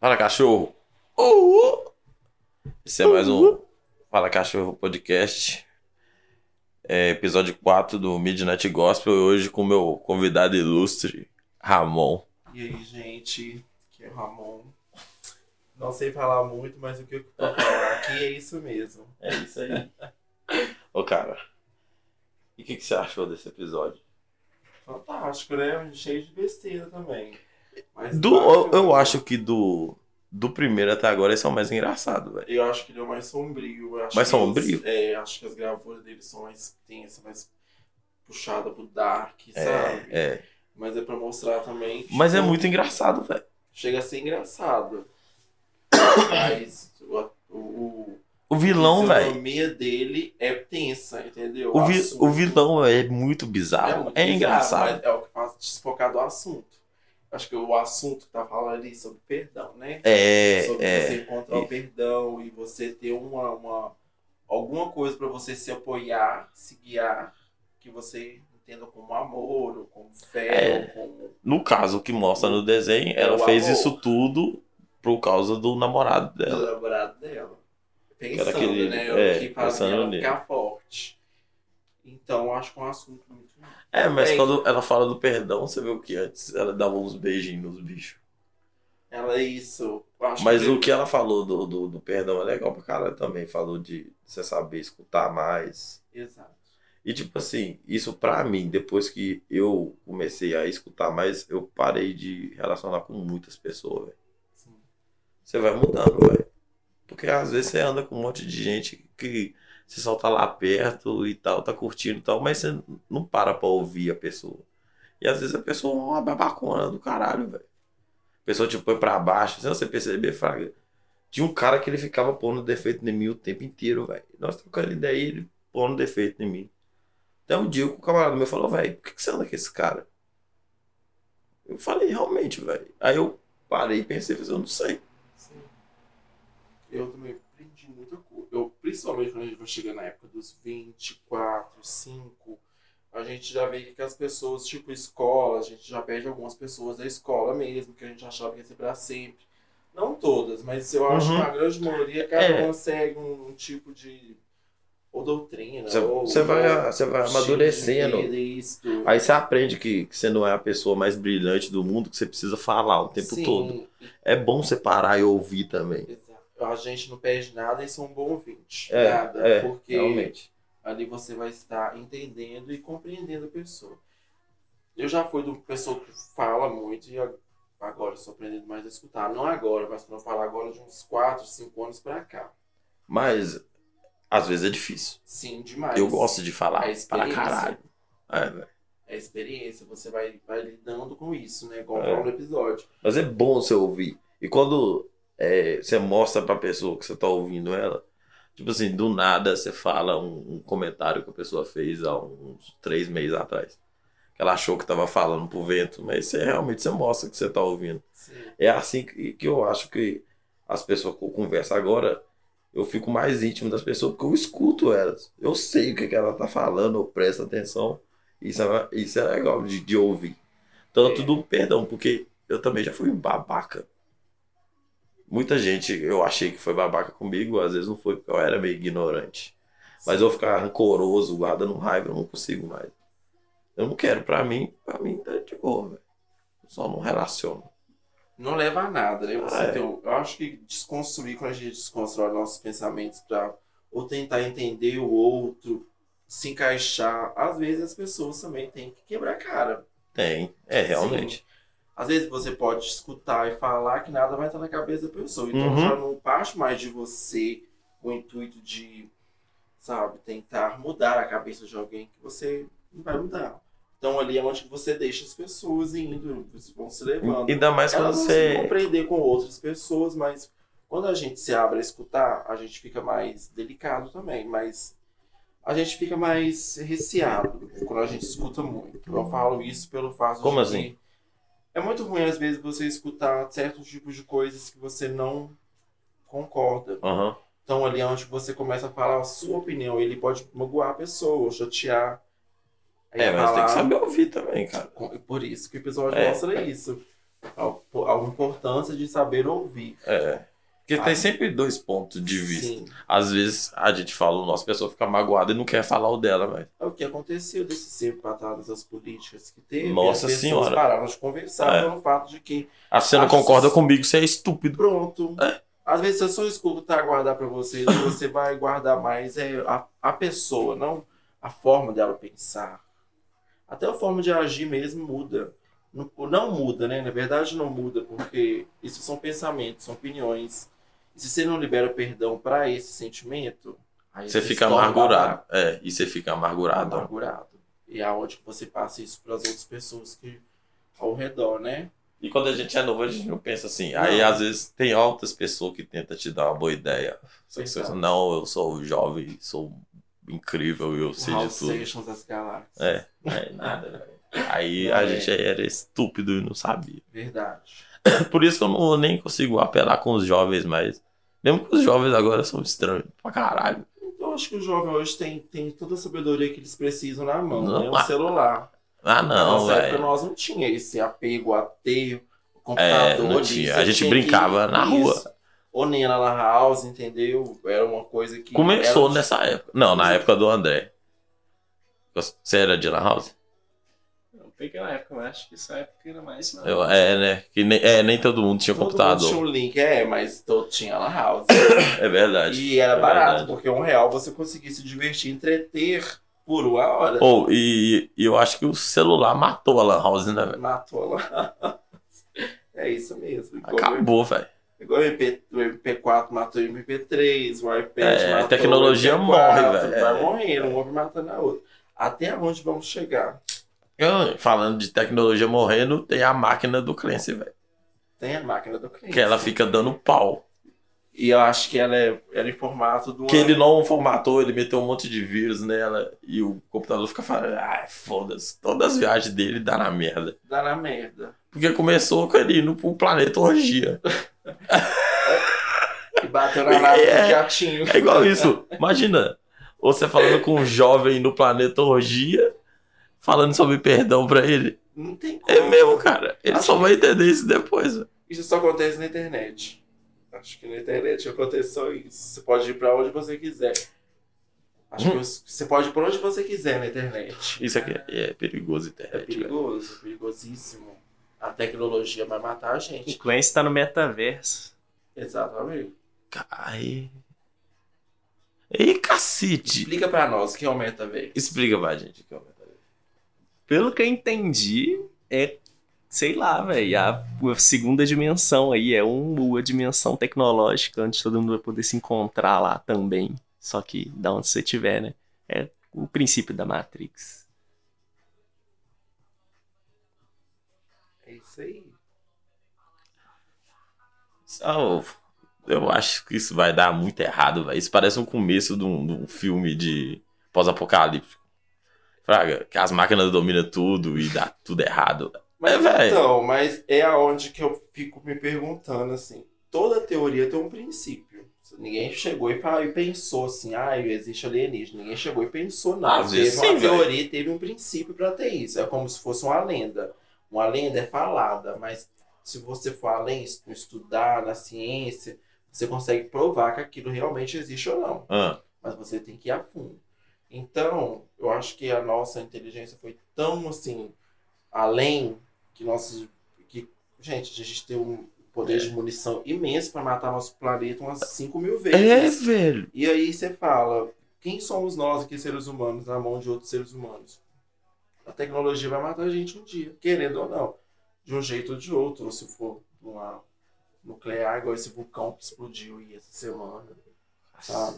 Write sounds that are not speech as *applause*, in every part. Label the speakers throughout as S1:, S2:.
S1: Fala cachorro. Uh, uh. Esse é mais um Fala Cachorro Podcast. É, episódio 4 do Midnight Gospel. E hoje com o meu convidado ilustre, Ramon.
S2: E aí, gente, que é o Ramon. Não sei falar muito, mas o que eu tô falando aqui é isso mesmo.
S1: É isso aí. Ô, cara. E o que, que você achou desse episódio?
S2: Fantástico, né? Cheio de besteira também. Mas
S1: Do, eu,
S2: bacana.
S1: eu acho que do, do primeiro até agora esse é o mais engraçado, velho.
S2: Eu acho que ele é o mais sombrio. eu acho
S1: Mais
S2: que eles-
S1: sombrio?
S2: é, acho que as gravuras dele são mais tensas, mais puxada pro dark, sabe?
S1: É, é.
S2: Mas é pra mostrar também. que,
S1: Mas é
S2: tipo,
S1: muito engraçado, velho.
S2: Chega a ser engraçado. *coughs* Mas o, o,
S1: O vilão,
S2: a
S1: velho.
S2: fisionomia dele é tensa, entendeu?
S1: O, vi-
S2: assunto
S1: o vilão véi, é muito bizarro.
S2: muito
S1: É,
S2: bizarro,
S1: engraçado.
S2: mas É o que faz desfocar do assunto. Acho que o assunto que tá falando ali sobre perdão, né?
S1: É,
S2: sobre
S1: é.
S2: você encontrar
S1: Isso.
S2: o perdão e você ter uma, uma alguma coisa pra você se apoiar, se guiar, que você entenda como amor, ou como fé,
S1: É.
S2: ou como.
S1: No caso que mostra no desenho, ela
S2: É o
S1: fez
S2: amor.
S1: isso tudo por causa do namorado
S2: do
S1: dela.
S2: namorado dela. Pensando,
S1: aquele-
S2: né?
S1: é,
S2: o que faz
S1: pensando
S2: ela
S1: nele.
S2: ficar forte. Então, acho que é um assunto muito.
S1: É, mas
S2: Bem.
S1: quando ela fala do perdão, você viu que antes ela dava uns beijinhos nos bichos.
S2: Ela é isso. Eu acho
S1: Mas o que ela falou do, do, do perdão é legal pra caralho também. Falou de você saber escutar mais.
S2: Exato.
S1: E tipo assim, isso pra mim, depois que eu comecei a escutar mais, eu parei de relacionar com muitas pessoas, velho.
S2: Sim.
S1: Você vai mudando, velho. Porque às vezes você anda com um monte de gente que você só tá lá perto e tal, tá curtindo e tal, mas você não para pra ouvir a pessoa. E às vezes a pessoa é uma babacona do caralho, velho. A pessoa te põe pra baixo, sem você perceber, Fraga. Tinha um cara que ele ficava pondo defeito em mim o tempo inteiro, velho. Nós trocando ideia e ele pondo defeito em mim. Até um dia que o camarada meu falou, velho, por que que você anda com esse cara? Eu falei, realmente, velho. Aí eu parei e pensei, falei, eu não sei.
S2: Sim. Eu também aprendi muita coisa. Eu, principalmente quando a gente vai chegando na época dos 24, 5, a gente já vê que as pessoas, tipo escola, a gente já perde algumas pessoas da escola mesmo, que a gente achava que ia ser pra sempre. Não todas, mas eu acho
S1: Uhum.
S2: que a grande maioria cada
S1: É.
S2: um consegue um, tipo de. ou doutrina.
S1: Você,
S2: ou-
S1: você vai,
S2: ou
S1: você vai
S2: é estilo de
S1: amadurecendo.
S2: vida, isto.
S1: Aí você aprende que, que você não é a pessoa mais brilhante do mundo, que você precisa falar o tempo
S2: Sim,
S1: todo. É bom você parar e ouvir também.
S2: Exato. A gente não perde nada e são um bom ouvinte.
S1: É,
S2: nada.
S1: é,
S2: porque
S1: realmente.
S2: ali você vai estar entendendo e compreendendo a pessoa. Eu já fui de uma pessoa que fala muito e a- agora eu estou aprendendo mais a escutar. Não agora, mas quando eu falar agora de uns 4, 5 anos pra cá.
S1: Mas às vezes é difícil.
S2: Sim, demais. É
S1: Eu gosto de falar
S2: a
S1: para
S2: experiência.
S1: caralho. É, velho.
S2: É experiência, você vai, vai lidando com isso, né? Igual
S1: É.
S2: falou no episódio.
S1: Mas é bom você ouvir. E quando é, você mostra pra pessoa que você tá ouvindo ela, tipo assim, do nada você fala um, um comentário que a pessoa fez há uns três meses atrás. Que ela achou que tava falando pro vento, mas você realmente você mostra que você tá ouvindo.
S2: Sim.
S1: É assim que, que eu acho que as pessoas que eu converso agora, eu fico mais íntimo das pessoas porque eu escuto elas. Eu sei o que, que ela tá falando, eu presto atenção. Isso é, isso é legal de, de ouvir. Tanto
S2: É.
S1: do perdão, porque eu também já fui um babaca. Muita gente eu achei que foi babaca comigo, às vezes não foi, porque eu era meio ignorante. Mas eu ficar rancoroso, guardando raiva, eu não consigo mais. Eu não quero, pra mim, pra mim tá de boa, velho. Eu Só não relaciono.
S2: não leva a nada, né? Você
S1: Ah, é.
S2: tem o- eu acho que desconstruir quando a gente desconstrói nossos pensamentos para ou tentar entender o outro, se encaixar. Às vezes as pessoas também têm que quebrar a cara.
S1: Tem, é realmente.
S2: Às vezes você pode escutar e falar que nada vai estar na cabeça da pessoa. Então
S1: Uhum.
S2: já não parte mais de você o intuito de, sabe, tentar mudar a cabeça de alguém que você não vai mudar. Então ali é onde você deixa as pessoas indo, vão se levando.
S1: Ainda mais
S2: Ela
S1: quando
S2: não se
S1: você.
S2: compreender com outras pessoas, mas quando a gente se abre a escutar, a gente fica mais delicado também, mas a gente fica mais receado quando a gente escuta muito. Eu falo isso pelo fato
S1: Como
S2: de
S1: assim?
S2: que é muito ruim às vezes você escutar certos tipos de coisas que você não concorda.
S1: Aham.
S2: Então ali é onde você começa a falar a sua opinião, ele pode magoar a pessoa, chatear. Aí
S1: É, mas tem
S2: falar-
S1: que saber ouvir também, cara.
S2: com- Por isso que o episódio
S1: É.
S2: mostra isso. Ó, a importância de saber ouvir.
S1: É. Porque
S2: Ah.
S1: tem sempre dois pontos de vista.
S2: Sim.
S1: Às vezes a gente fala o nosso, a pessoa fica magoada e não quer falar o dela, mas.
S2: É o que aconteceu desses sempre patadas as políticas que teve.
S1: Nossa
S2: as pessoas
S1: Senhora.
S2: pararam de conversar
S1: É.
S2: pelo fato de que,
S1: Ah, se você não
S2: Acho
S1: concorda
S2: que-
S1: comigo, você é estúpido.
S2: pronto,
S1: É.
S2: às vezes eu só escutar guardar pra você, e você vai guardar mais é a, a pessoa, não a forma dela pensar. Até a forma de agir mesmo muda. Não, não muda, né? Na verdade não muda, porque isso são pensamentos, são opiniões. E se você não libera perdão pra esse sentimento, aí
S1: Você
S2: se
S1: fica
S2: torna
S1: amargurado. É, e você fica amargurado.
S2: amargurado. E aonde que você passa isso para as outras pessoas que ao redor, né?
S1: E quando a gente é novo, a gente não pensa assim. Aí
S2: Não.
S1: às vezes tem outras pessoas que tentam te dar uma boa ideia. Só que você
S2: Verdade.
S1: pensa, não, eu sou jovem, sou incrível, eu sei
S2: Raul
S1: de tudo.
S2: Seixas das Galáxias.
S1: É, não é nada, velho. Aí
S2: Não
S1: a
S2: é.
S1: gente era estúpido e não sabia.
S2: Verdade.
S1: Por isso que eu não, nem consigo apelar com os jovens mais. Mesmo que os jovens agora são estranhos pra caralho.
S2: Eu acho que o jovem hoje tem, tem toda a sabedoria que eles precisam na mão,
S1: Não,
S2: né? O
S1: ah,
S2: celular.
S1: Ah,
S2: na
S1: não,
S2: nossa época
S1: velho.
S2: nós não tinha esse apego a ter o
S1: É,
S2: computador.
S1: não
S2: de
S1: tinha.
S2: você
S1: A gente
S2: tinha
S1: brincava
S2: que-
S1: na
S2: Isso.
S1: rua.
S2: Ou nem na lan house, entendeu? Era uma coisa que...
S1: Começou
S2: era-
S1: nessa época. Não, na época do André. Você era de La House?
S3: Eu peguei na época, mas acho que essa época era mais não.
S1: Eu- é, né? Que nem, é, nem todo mundo tinha
S2: Todo mundo
S1: computador.
S2: tinha um link, é, mas todo tinha lan house.
S1: É verdade.
S2: E era
S1: É
S2: barato,
S1: verdade.
S2: porque um real você conseguia se divertir, entreter por uma hora.
S1: Ou, e, e eu acho que o celular matou a Lan House, né, velho?
S2: Matou lá. *laughs* É isso mesmo. Igual,
S1: Acabou, velho.
S2: o- igual o, MP, o MP4 matou o MP3, o iPad
S1: É,
S2: matou
S1: a tecnologia
S2: o MP4,
S1: morre, velho.
S2: Vai
S1: É.
S2: morrendo, um uma vai matando a outra. Até onde vamos chegar?
S1: Ah, Falando de tecnologia morrendo, tem a máquina do Clancy, velho.
S2: Tem a máquina do cliente.
S1: Que ela fica dando pau.
S2: E eu acho que ela é, ela é em formato do.
S1: Que ele não formatou, ele meteu um monte de vírus nela e o computador fica falando, ai, foda-se. Todas as viagens dele dá na merda.
S2: Dá na merda.
S1: Porque começou com ele indo pro planeta orgia.
S2: E bateu na nave
S1: É.
S2: do gatinho.
S1: É
S2: *laughs*
S1: igual isso. Imagina você falando com um jovem no planeta orgia, falando sobre perdão pra ele.
S2: Não tem como.
S1: É mesmo, cara. Ele
S2: Acho
S1: só vai entender isso depois. velho.
S2: Isso só acontece na internet. Acho que na internet acontece só isso. Você pode ir pra onde você quiser.
S1: Hum.
S2: Acho que você você pode ir pra onde você quiser na internet.
S1: Isso aqui é, é perigoso,
S2: É
S1: internet, velho.
S2: perigoso, perigosíssimo. A tecnologia vai matar a
S3: O
S2: gente.
S3: Clancy tá no metaverso.
S2: Exatamente.
S1: Cai. Ei, cacete.
S2: Explica pra nós o que aumenta, velho.
S1: Explica pra gente o que é o metaverso.
S3: Pelo que eu entendi, é. Sei lá, velho. A a segunda dimensão aí é uma dimensão tecnológica onde todo mundo vai poder se encontrar lá também. Só que da onde você estiver, né? É o princípio da Matrix.
S2: É isso aí.
S1: Só- Eu acho que isso vai dar muito errado, velho. Isso parece um começo de um, de um filme de pós-apocalíptico. Fraga, que as máquinas dominam tudo e dá tudo errado.
S2: Mas
S1: É, véi.
S2: então, mas é aonde que eu fico me perguntando assim. Toda teoria tem um princípio. Ninguém chegou e, falou, e pensou assim, ah, existe alienígena. Ninguém chegou e pensou, não.
S1: Às
S2: teve
S1: vezes
S2: uma
S1: sim, véi.
S2: teoria, e teve um princípio pra ter isso. É como se fosse uma lenda. Uma lenda é falada, mas se você for além, estu- estudar na ciência, você consegue provar que aquilo realmente existe ou não
S1: Ah,
S2: mas você tem que ir a fundo. Então, eu acho que a nossa inteligência foi tão assim além que nossos que gente, a gente tem um poder de munição imenso para matar nosso planeta umas 5 mil
S1: é,
S2: vezes. né?
S1: velho.
S2: E aí você fala, quem somos nós aqui seres humanos na mão de outros seres humanos? A tecnologia vai matar a gente um dia, querendo ou não, de um jeito ou de outro, ou se for uma nuclear, igual esse vulcão que explodiu aí essa semana, sabe?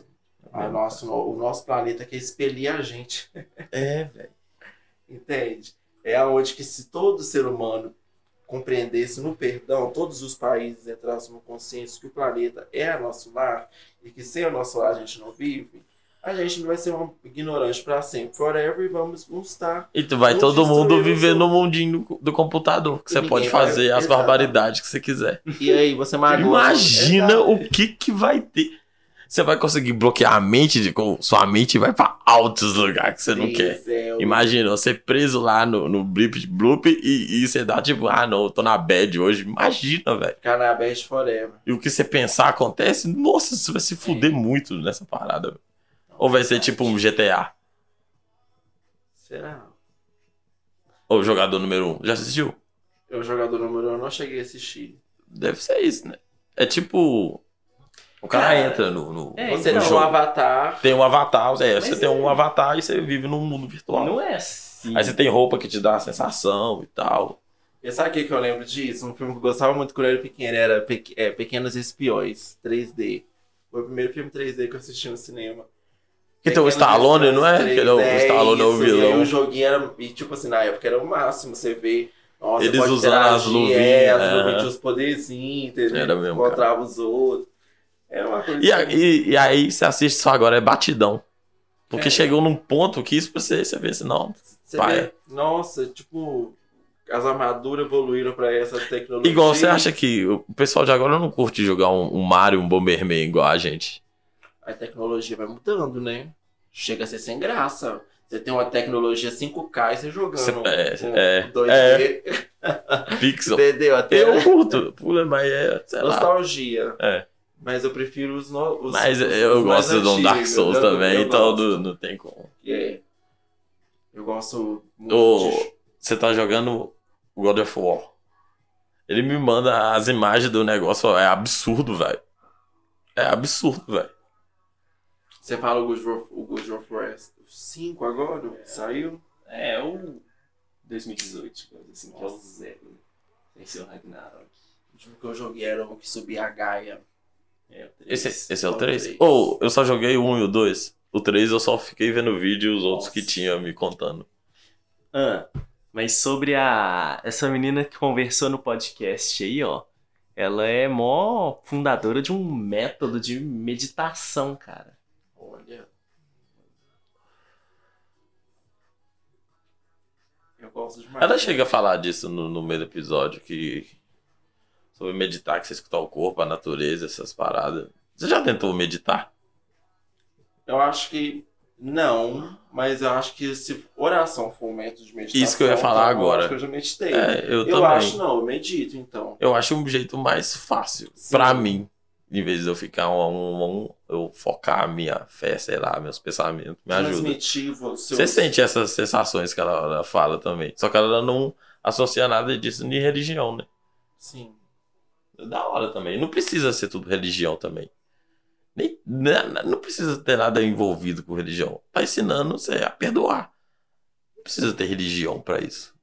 S1: Ah,
S2: A É nosso, o nosso planeta quer expelir a gente,
S1: É, velho.
S2: entende? É onde que se todo ser humano compreendesse no perdão, todos os países entrassem no consenso que o planeta é nosso lar e que sem o nosso lar a gente não vive, a gente não vai ser um ignorante para sempre, forever, e vamos vamos estar.
S1: E tu vai
S2: Vamos
S1: todo mundo
S2: destruir o
S1: viver
S2: seu-
S1: no mundinho do, do computador, que
S2: E
S1: você
S2: ninguém
S1: pode
S2: vai- né?
S1: fazer as
S2: Exatamente.
S1: barbaridades que você quiser.
S2: E aí, você magoa...
S1: Imagina
S2: Exato.
S1: o que que vai ter. Você vai conseguir bloquear a mente, de, com- sua mente vai pra altos lugares que você não quer.
S2: Denzel.
S1: Imagina, você preso lá no, no blip de bloop e, e você dá tipo, ah não, eu tô na bad hoje. Imagina, velho.
S2: Cannabis Forever.
S1: E o que você pensar acontece, nossa, você vai se fuder muito nessa parada. velho. Ou vai ser tipo um GTA,
S2: Será?
S1: ou jogador número Um. Já assistiu?
S2: Eu, jogador número um, eu não cheguei a assistir.
S1: Deve ser isso, né? É tipo. O cara
S2: Cara,
S1: entra no. no-
S3: é,
S1: no
S2: Você tem
S3: então,
S2: um
S1: jogo.
S2: avatar.
S1: Tem um avatar, é,
S3: Mas
S1: você
S3: é.
S1: tem um avatar e você vive num mundo virtual.
S3: Não é assim.
S1: Aí você tem roupa que te dá a sensação e tal.
S2: E sabe o que, que eu lembro disso? Um filme que eu gostava muito quando eu era pequeno era Pequ- é, Pequenos Espiões, 3D. Foi o primeiro filme 3D que eu assisti no cinema.
S1: Que tem o
S2: Pequenos
S1: Stallone, não é?
S2: Espiões
S1: Que não,
S2: 3D,
S1: o Stallone é o
S2: isso. E aí
S1: vilão.
S2: o joguinho era. E tipo assim, na época era o máximo. Você vê. Nossa,
S1: Eles
S2: pode
S1: usando as
S2: interagir,
S1: luvinhas,
S2: É, as
S1: é.
S2: luvinhas, tinha os poderzinhos, entendeu?
S1: Era mesmo, cara.
S2: Encontrava os outros. Era uma coisa.
S1: E, a-
S2: assim.
S1: e- e aí você assiste só agora, é batidão. Porque
S2: É.
S1: chegou num ponto que isso pra você, você vê assim, não.
S2: Você
S1: Pá,
S2: vê, nossa, tipo, as armaduras evoluíram pra essa tecnologia.
S1: Igual você acha que o pessoal de agora não curte jogar um, um Mario, um Bomberman igual a gente.
S2: A tecnologia vai mudando, né? Chega a ser sem graça. Você tem uma tecnologia 5K e você jogando.
S1: Você- é,
S2: um
S1: é,
S2: 2D.
S1: Pixel.
S2: Entendeu? Até
S1: Eu curto, pula, mas é, sei lá.
S2: nostalgia.
S1: É.
S2: Mas eu prefiro os novos.
S1: Mas eu gosto do Dark Souls também, então não, não tem como.
S2: É. Eu gosto muito
S1: Ô,
S2: de-
S1: Você tá jogando God of War. Ele me manda as imagens do negócio, ó, é absurdo, velho. É absurdo, velho.
S2: Você fala o God of, o God of War 5 agora? Saiu?
S3: É, o 2018, coisa assim, que é o zero. né? Esse é o Ragnarok.
S2: O último que eu joguei era o que subia a Gaia.
S3: É, o três.
S1: Esse, esse é o
S2: Só o
S1: 3?
S2: três.
S1: Ou eu só joguei o 1 e o 2. O 3 eu só fiquei vendo vídeo e os outros que
S2: Nossa.
S1: tinha me contando.
S3: Ah, mas sobre a essa menina que conversou no podcast aí, ó. Ela é mó fundadora de um método de meditação, cara.
S2: Olha. Eu gosto demais.
S1: Ela chega a falar disso no, no meio do episódio, que. Sobre meditar, que você escutar o corpo, a natureza, essas paradas. Você já tentou meditar?
S2: Eu acho que não, mas eu acho que se oração for um método de meditação.
S1: Isso que eu ia falar
S2: então
S1: agora.
S2: Eu acho que eu já meditei.
S1: É, eu,
S2: eu
S1: também.
S2: acho não, eu medito então.
S1: Eu acho um jeito mais fácil
S2: Sim.
S1: pra mim. Em vez de eu ficar um, a um, um, eu focar a minha fé, sei lá, meus pensamentos, me ajuda.
S2: Transmitir você.
S1: Você sente essas sensações que ela, ela fala também. Só que ela não associa nada disso nem religião, né?
S2: Sim.
S1: É Da hora também. Não precisa ser tudo religião também. Nem, na- na- não precisa ter nada envolvido com religião. Tá ensinando você a perdoar. Não precisa ter religião pra isso.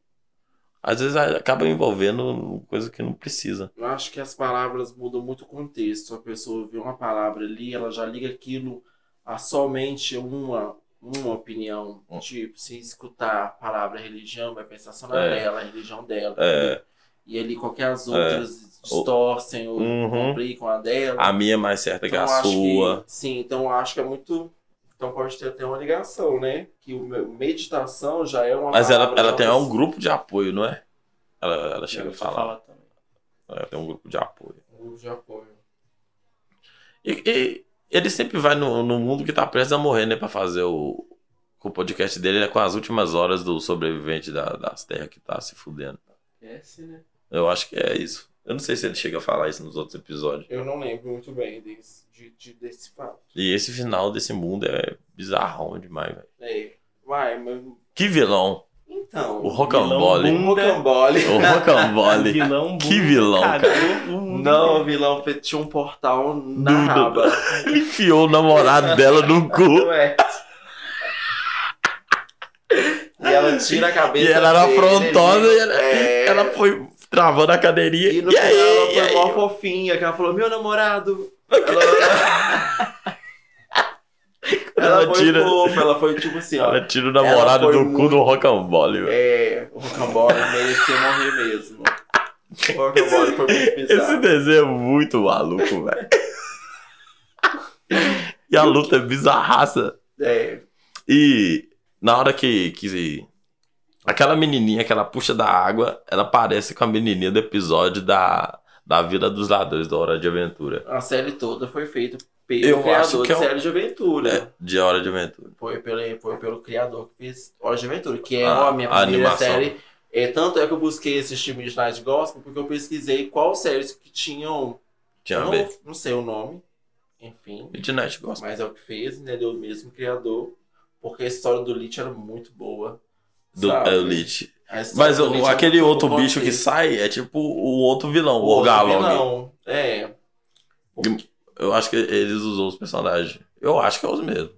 S1: Às vezes a- acaba envolvendo coisa que não precisa.
S2: Eu acho que as palavras mudam muito o contexto. A pessoa vê uma palavra ali, ela já liga aquilo a somente uma, uma opinião.
S1: Hum.
S2: Tipo, se escutar a palavra religião, vai pensar só na
S1: É.
S2: dela, a religião dela.
S1: É.
S2: E ali qualquer as outras distorcem ou
S1: Uhum.
S2: complicam a dela. Então,
S1: A minha é mais certa que
S2: eu
S1: a
S2: acho
S1: sua.
S2: Que, sim, então eu acho que é muito. Então pode ter até uma ligação, né? Que o meu- meditação já é uma.
S1: Mas ela,
S2: palavra
S1: ela
S2: já
S1: tem
S2: mais-
S1: um grupo de apoio, não é? Ela, ela chega
S3: Eu
S1: a
S3: já
S1: falar.
S3: falo também.
S1: Ela tem um grupo de apoio.
S2: um grupo de apoio.
S1: E, e ele sempre vai no, no mundo que tá prestes a morrer, né? Pra fazer o. O podcast dele ele é com as últimas horas do sobrevivente da- das terras que tá se fudendo.
S3: Esse, né?
S1: Eu acho que é isso. Eu não sei se ele chega a falar isso nos outros episódios.
S2: Eu não lembro muito bem desse, de, de- desse fato.
S1: E esse final desse mundo é bizarrão demais, velho.
S2: É. Vai, mas.
S1: Que vilão!
S2: Então.
S1: O Rocambole.
S3: Vilão
S2: Rocambole. *laughs*
S1: O Rocambole.
S3: Vilão
S1: Que
S3: bom,
S1: vilão,
S3: cagou o mundo
S2: Não, o
S3: inteiro.
S2: vilão fe- tinha um portal
S1: Do- do-
S2: na aba.
S1: *laughs* Ele enfiou o namorado dela no
S2: *laughs*
S1: cu.
S2: Ué. E ela tira a cabeça.
S1: E ela era
S2: dele, né?
S1: afrontosa e ela,
S2: É.
S1: ela foi travando a cadeirinha.
S2: E
S1: E,
S2: no final
S1: aí? E
S2: ela
S1: aí?
S2: foi mó fofinha, que ela falou, meu namorado. Ela, *laughs* ela
S1: Ela
S2: foi
S1: tira-
S2: fofa, ela foi tipo assim, ó.
S1: Ela tira o namorado
S2: Ela
S1: do
S2: foi
S1: cu
S2: muito-
S1: do rocambole, velho.
S2: É, o Rocambole merecia morrer mesmo. O Rocambole foi muito
S1: Esse
S2: bizarro.
S1: desenho é muito maluco, velho. e a luta é bizarraça.
S2: É,
S1: E na hora que, que. Aquela menininha que ela puxa da água, ela parece com a menininha do episódio da. da Vila dos Ladrões, da Hora de Aventura.
S2: A série toda foi feita pelo
S1: Eu acho
S2: criador
S1: que
S2: de
S1: é um-
S2: série de aventura.
S1: É, de Hora de Aventura.
S2: Foi pelo, foi pelo criador que fez Hora de Aventura, que é
S1: A-
S2: a minha
S1: a
S2: primeira
S1: animação.
S2: série. É, tanto é que eu busquei assistir Midnight Gospel, porque eu pesquisei qual séries que tinham.
S1: Tinha
S2: eu
S1: a
S2: não,
S1: ver. né? Tipo,
S2: não sei o nome, enfim.
S1: Midnight Gospel.
S2: Mas é o que fez, entendeu? O mesmo criador. Porque a história do Lich era muito boa.
S1: Do,
S2: sabe?
S1: é o Lich.
S2: A história
S1: Mas
S2: do
S1: o-
S2: Lich era
S1: aquele
S2: muito
S1: outro
S2: boa,
S1: bicho que
S2: porque-
S1: sai é tipo o outro vilão, o
S2: outro
S1: Orgalong.
S2: vilão, É.
S1: Eu acho que eles usam os personagens. Eu acho que é os mesmos.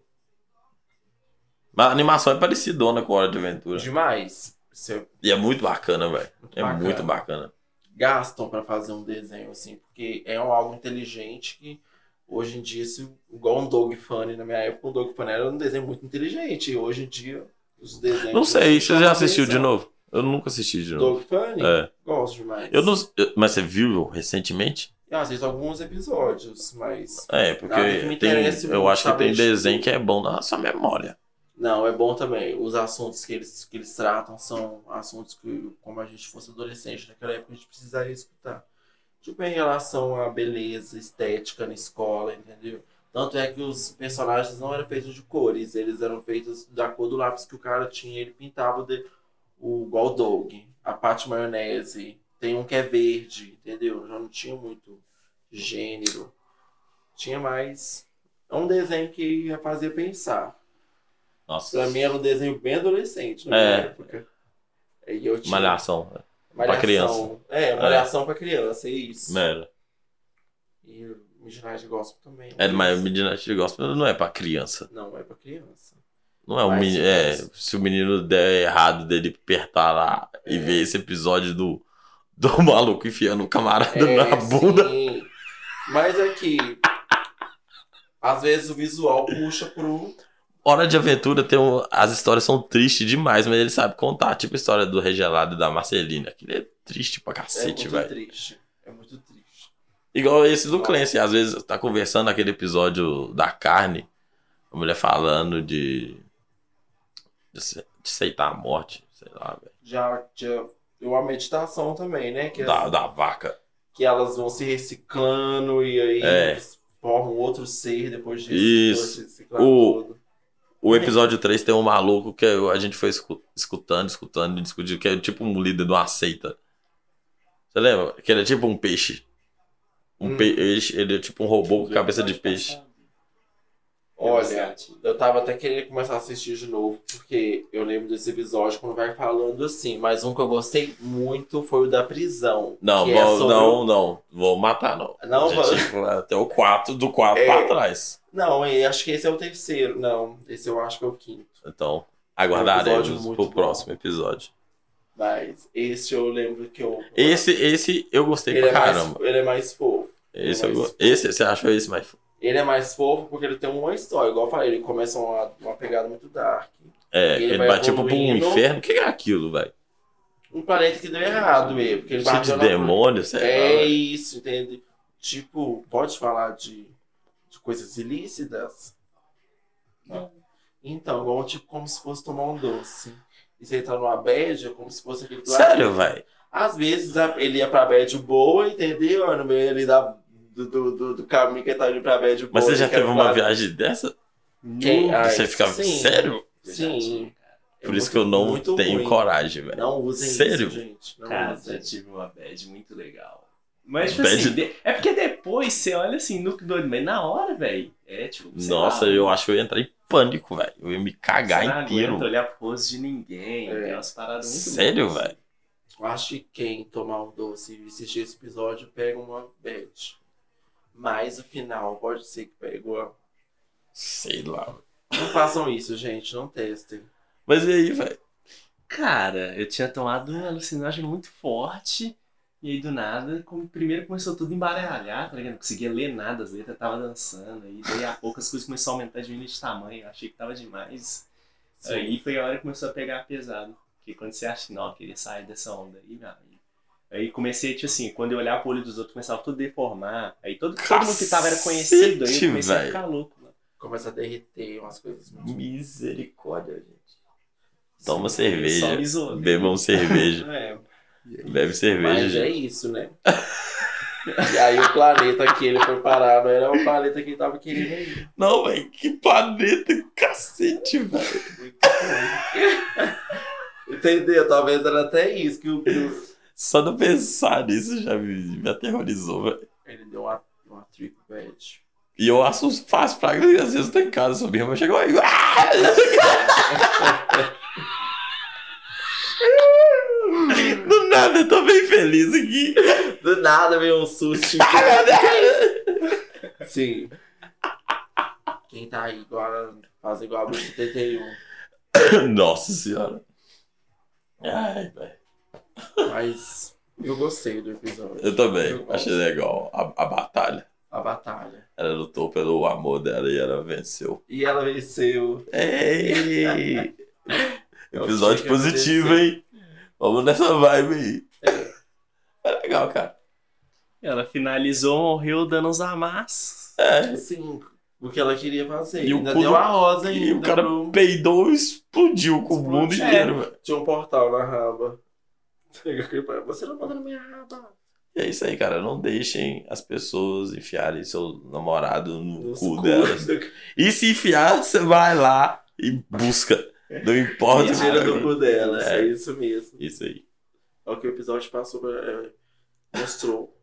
S1: Mas a animação é parecidona com Hora de Aventura.
S2: Demais. Isso é
S1: E é muito bacana, velho.
S2: muito
S1: É
S2: bacana.
S1: muito bacana.
S2: gastam pra fazer um desenho assim, porque é um- algo inteligente que hoje em dia, se, igual um Dog Funny, na minha época, um Dog Funny era um desenho muito inteligente. E hoje em dia, os desenhos.
S1: Não sei, você já
S2: chamam
S1: assistiu de
S2: atenção.
S1: novo? Eu nunca assisti de novo.
S2: Dog Funny?
S1: É.
S2: Gosto demais.
S1: Eu não. eu- Mas você viu recentemente?
S2: Eu assisto alguns episódios, mas.
S1: É, porque
S2: Nada que me
S1: tem-
S2: interesse
S1: eu
S2: muito
S1: acho que tem
S2: saber de
S1: desenho
S2: tudo.
S1: que é bom na sua memória.
S2: Não, é bom também. Os assuntos que eles, que eles tratam são assuntos que, como a gente fosse adolescente naquela época, a gente precisaria escutar. Tipo, em relação à beleza, estética na escola, entendeu? Tanto é que os personagens não eram feitos de cores, eles eram feitos da cor do lápis que o cara tinha, ele pintava o de, o igual o Dog, a parte maionese, tem um que é verde, entendeu? Já não tinha muito gênero. Tinha mais. É um desenho que ia fazer pensar.
S1: Nossa.
S2: Pra mim era um desenho bem adolescente né? na minha
S1: É.
S2: época. E eu tinha
S1: Malhação. né?
S2: malhação.
S1: criança.
S2: É, malhação pra criança, é isso.
S1: Era.
S2: E o Midnight Gospel também.
S1: É, mas Midnight Gospel não é pra criança.
S2: Não, é pra criança.
S1: Não é um
S2: Mas-
S1: menino. É, se o menino der errado dele apertar lá e
S2: É.
S1: ver esse episódio do, do *laughs* maluco enfiando o camarada *laughs* na
S2: É, sim.
S1: bunda.
S2: Mas é que às vezes o visual puxa pro.
S1: Hora de Aventura tem um. As histórias são tristes demais, mas ele sabe contar. Tipo a história do Regelado e da Marcelina. Aquilo é triste pra
S2: É
S1: cacete,
S2: muito
S1: velho.
S2: triste. É muito triste.
S1: Igual esse do Clancy, às vezes tá conversando naquele episódio da carne, a mulher falando de. de, ace- de aceitar a morte, sei lá, velho.
S2: Já, já. Eu a meditação também, né? Que,
S1: Da,
S2: as-
S1: da vaca.
S2: que elas vão se reciclando e aí
S1: É.
S2: formam outro ser depois disso.
S1: Isso.
S2: depois de reciclar
S1: O-
S2: todo.
S1: O episódio 3 tem um maluco que eu- a gente foi escu- escutando, escutando, discutindo, que é tipo um líder de uma seita. Você lembra? Que ele é tipo um peixe. Um
S2: Hum.
S1: peixe, ele é tipo um robô com cabeça de peixe.
S2: Olha, eu tava até querendo começar a assistir de novo, porque eu lembro desse episódio quando vai falando assim, mas um que eu gostei muito foi o da prisão.
S1: Não,
S2: que é
S1: vou,
S2: sobre o-
S1: não, não. Vou matar, não.
S2: Não,
S1: Já
S2: vou-
S1: tinha- até é, o 4, do 4
S2: É.
S1: pra trás.
S2: Não, e acho que esse é o terceiro. Não, esse eu acho que é o quinto.
S1: Então,
S2: É um
S1: aguardaremos
S2: episódio muito
S1: pro
S2: bom.
S1: próximo episódio.
S2: Mas esse eu lembro que eu.
S1: Esse, esse eu gostei pra
S2: ele é, mais,
S1: caramba.
S2: ele é mais fofo.
S1: Esse,
S2: mais
S1: eu go-
S2: fofo.
S1: esse, você achou esse mais fofo?
S2: Ele é mais fofo porque ele tem uma história, igual eu falei, ele começa uma, uma pegada muito dark.
S1: É,
S2: Ele
S1: ele,
S2: vai
S1: vai tipo pra um
S2: evoluindo.
S1: inferno. O que é aquilo, velho?
S2: Um planeta que deu errado mesmo, porque ele
S1: Cheio de
S2: bateu na-
S1: demônios, sei lá, né?
S2: É
S1: velho.
S2: isso, entende? Tipo, pode falar de, de coisas ilícitas? Não. Então, igual tipo como se fosse tomar um doce. E você entrar numa bad, é como se fosse aquele lá.
S1: Sério, velho?
S2: Às vezes a- ele ia pra bad boa, entendeu? No meio ali da, do, do, do, do caminho que ele tá indo pra bad boa.
S1: Mas você
S2: ele
S1: já
S2: quer
S1: teve uma
S2: pra-
S1: viagem dessa?
S2: Quem- Ai,
S1: você ficava,
S2: sim.
S1: sério?
S2: Sim. É
S1: Por isso
S2: muito-
S1: que eu não
S2: muito
S1: tenho
S2: ruim.
S1: coragem, velho.
S2: Não usem
S1: Sério?
S2: isso, gente. Não
S3: Cara,
S2: usem.
S3: já tive uma bad muito legal. Mas, tipo
S1: Bad-
S3: assim, de- é porque depois você olha assim, no doido, mas na hora, velho, é tipo. sei
S1: Nossa,
S3: lá,
S1: eu acho que eu ia entrar em pânico, velho. Eu ia me
S3: você não
S1: cagar
S3: aguenta
S1: inteiro.
S3: olhar pro rosto de ninguém,
S2: É.
S3: tem umas paradas muito
S1: Sério,
S3: boas.
S1: velho?
S2: Eu acho que quem tomar um doce e assistir esse episódio pega uma bet. Mas o final pode ser que pegue uma.
S1: Sei lá. velho.
S2: Não façam isso, gente. Não testem.
S1: Mas e aí, velho?
S3: Cara, eu tinha tomado um alucinógeno muito forte. E aí, do nada, como primeiro começou tudo a embaralhar, tá ligado? Não conseguia ler nada, as letras tava dançando. E daí a pouco as coisas começaram a aumentar de de tamanho. Eu achei que tava demais. Aí foi a hora que começou a pegar pesado. Porque quando você acha que não, eu queria sair dessa onda aí, meu amigo. Aí comecei, tipo assim, quando eu olhava pro olho dos outros, começava tudo a deformar. Aí todo, todo mundo que tava era conhecido, aí
S1: Cacete,
S3: eu comecei
S1: velho.
S3: a ficar louco, mano.
S2: Começa a derreter umas coisas muito.
S1: Misericórdia, gente. Toma
S2: Sim.
S1: cerveja.
S3: Só me né?
S2: *laughs*
S3: isolei.
S1: Bebam cerveja.
S2: É,
S1: Bebe cerveja,
S2: mas é
S1: gente.
S2: isso, né? E aí o planeta que ele foi parar não era o planeta que ele tava querendo ir. *laughs*
S1: Não, velho, que planeta, cacete, velho.
S2: Entendeu? Talvez era até isso que o. que o-
S1: Só de eu pensar nisso já me, me aterrorizou, velho.
S2: Ele deu uma, uma trip bad.
S1: E eu assusto fácil pra mim, às vezes eu tô em casa, sua minha irmã chegou aí. *laughs* Do nada, eu tô bem feliz aqui.
S2: Do nada veio um *laughs* susto. Sim. Quem tá aí agora faz igual a Bruce 71.
S1: *laughs* Nossa senhora. Ai, velho.
S2: Mas eu gostei do episódio.
S1: Eu também,
S2: Eu
S1: achei legal a, a batalha.
S2: A batalha.
S1: Ela lutou pelo amor dela e ela venceu.
S2: E ela venceu.
S1: Ei!
S2: *laughs* Eu
S1: Episódio
S2: tinha que
S1: positivo, hein? Vamos nessa vibe aí. É legal, cara.
S3: Ela finalizou, morreu dando os amassos.
S1: É.
S2: Sim, assim, o que ela queria fazer.
S1: E o
S2: ainda
S1: cu
S2: deu
S1: do-
S2: a rosa ainda.
S1: E o cara
S2: pro-
S1: peidou e explodiu É. com o mundo
S2: Explodiu.
S1: inteiro, velho.
S2: Tinha um portal na raba. Você não manda na minha raba.
S1: E é isso aí, cara. Não deixem as pessoas enfiarem seu namorado no
S2: Nos
S1: cu
S2: cu *laughs*
S1: delas.
S2: do-
S1: E se enfiar, você vai lá e busca. Não importa.
S2: E tira do
S1: cara.
S2: cu dela.
S1: É.
S2: É isso mesmo.
S1: Isso aí.
S2: É o que o episódio passou pra- é, mostrou.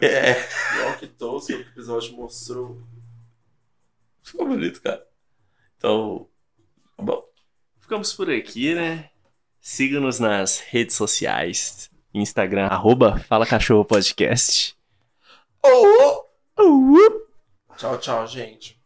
S1: É.
S2: E olha que tosco que o episódio mostrou.
S1: Ficou bonito, cara. Então, tá bom.
S3: Ficamos por aqui, né? Siga-nos nas redes sociais. Instagram, arroba Fala Cachorro Podcast.
S1: Oh, oh.
S2: Tchau, tchau, gente.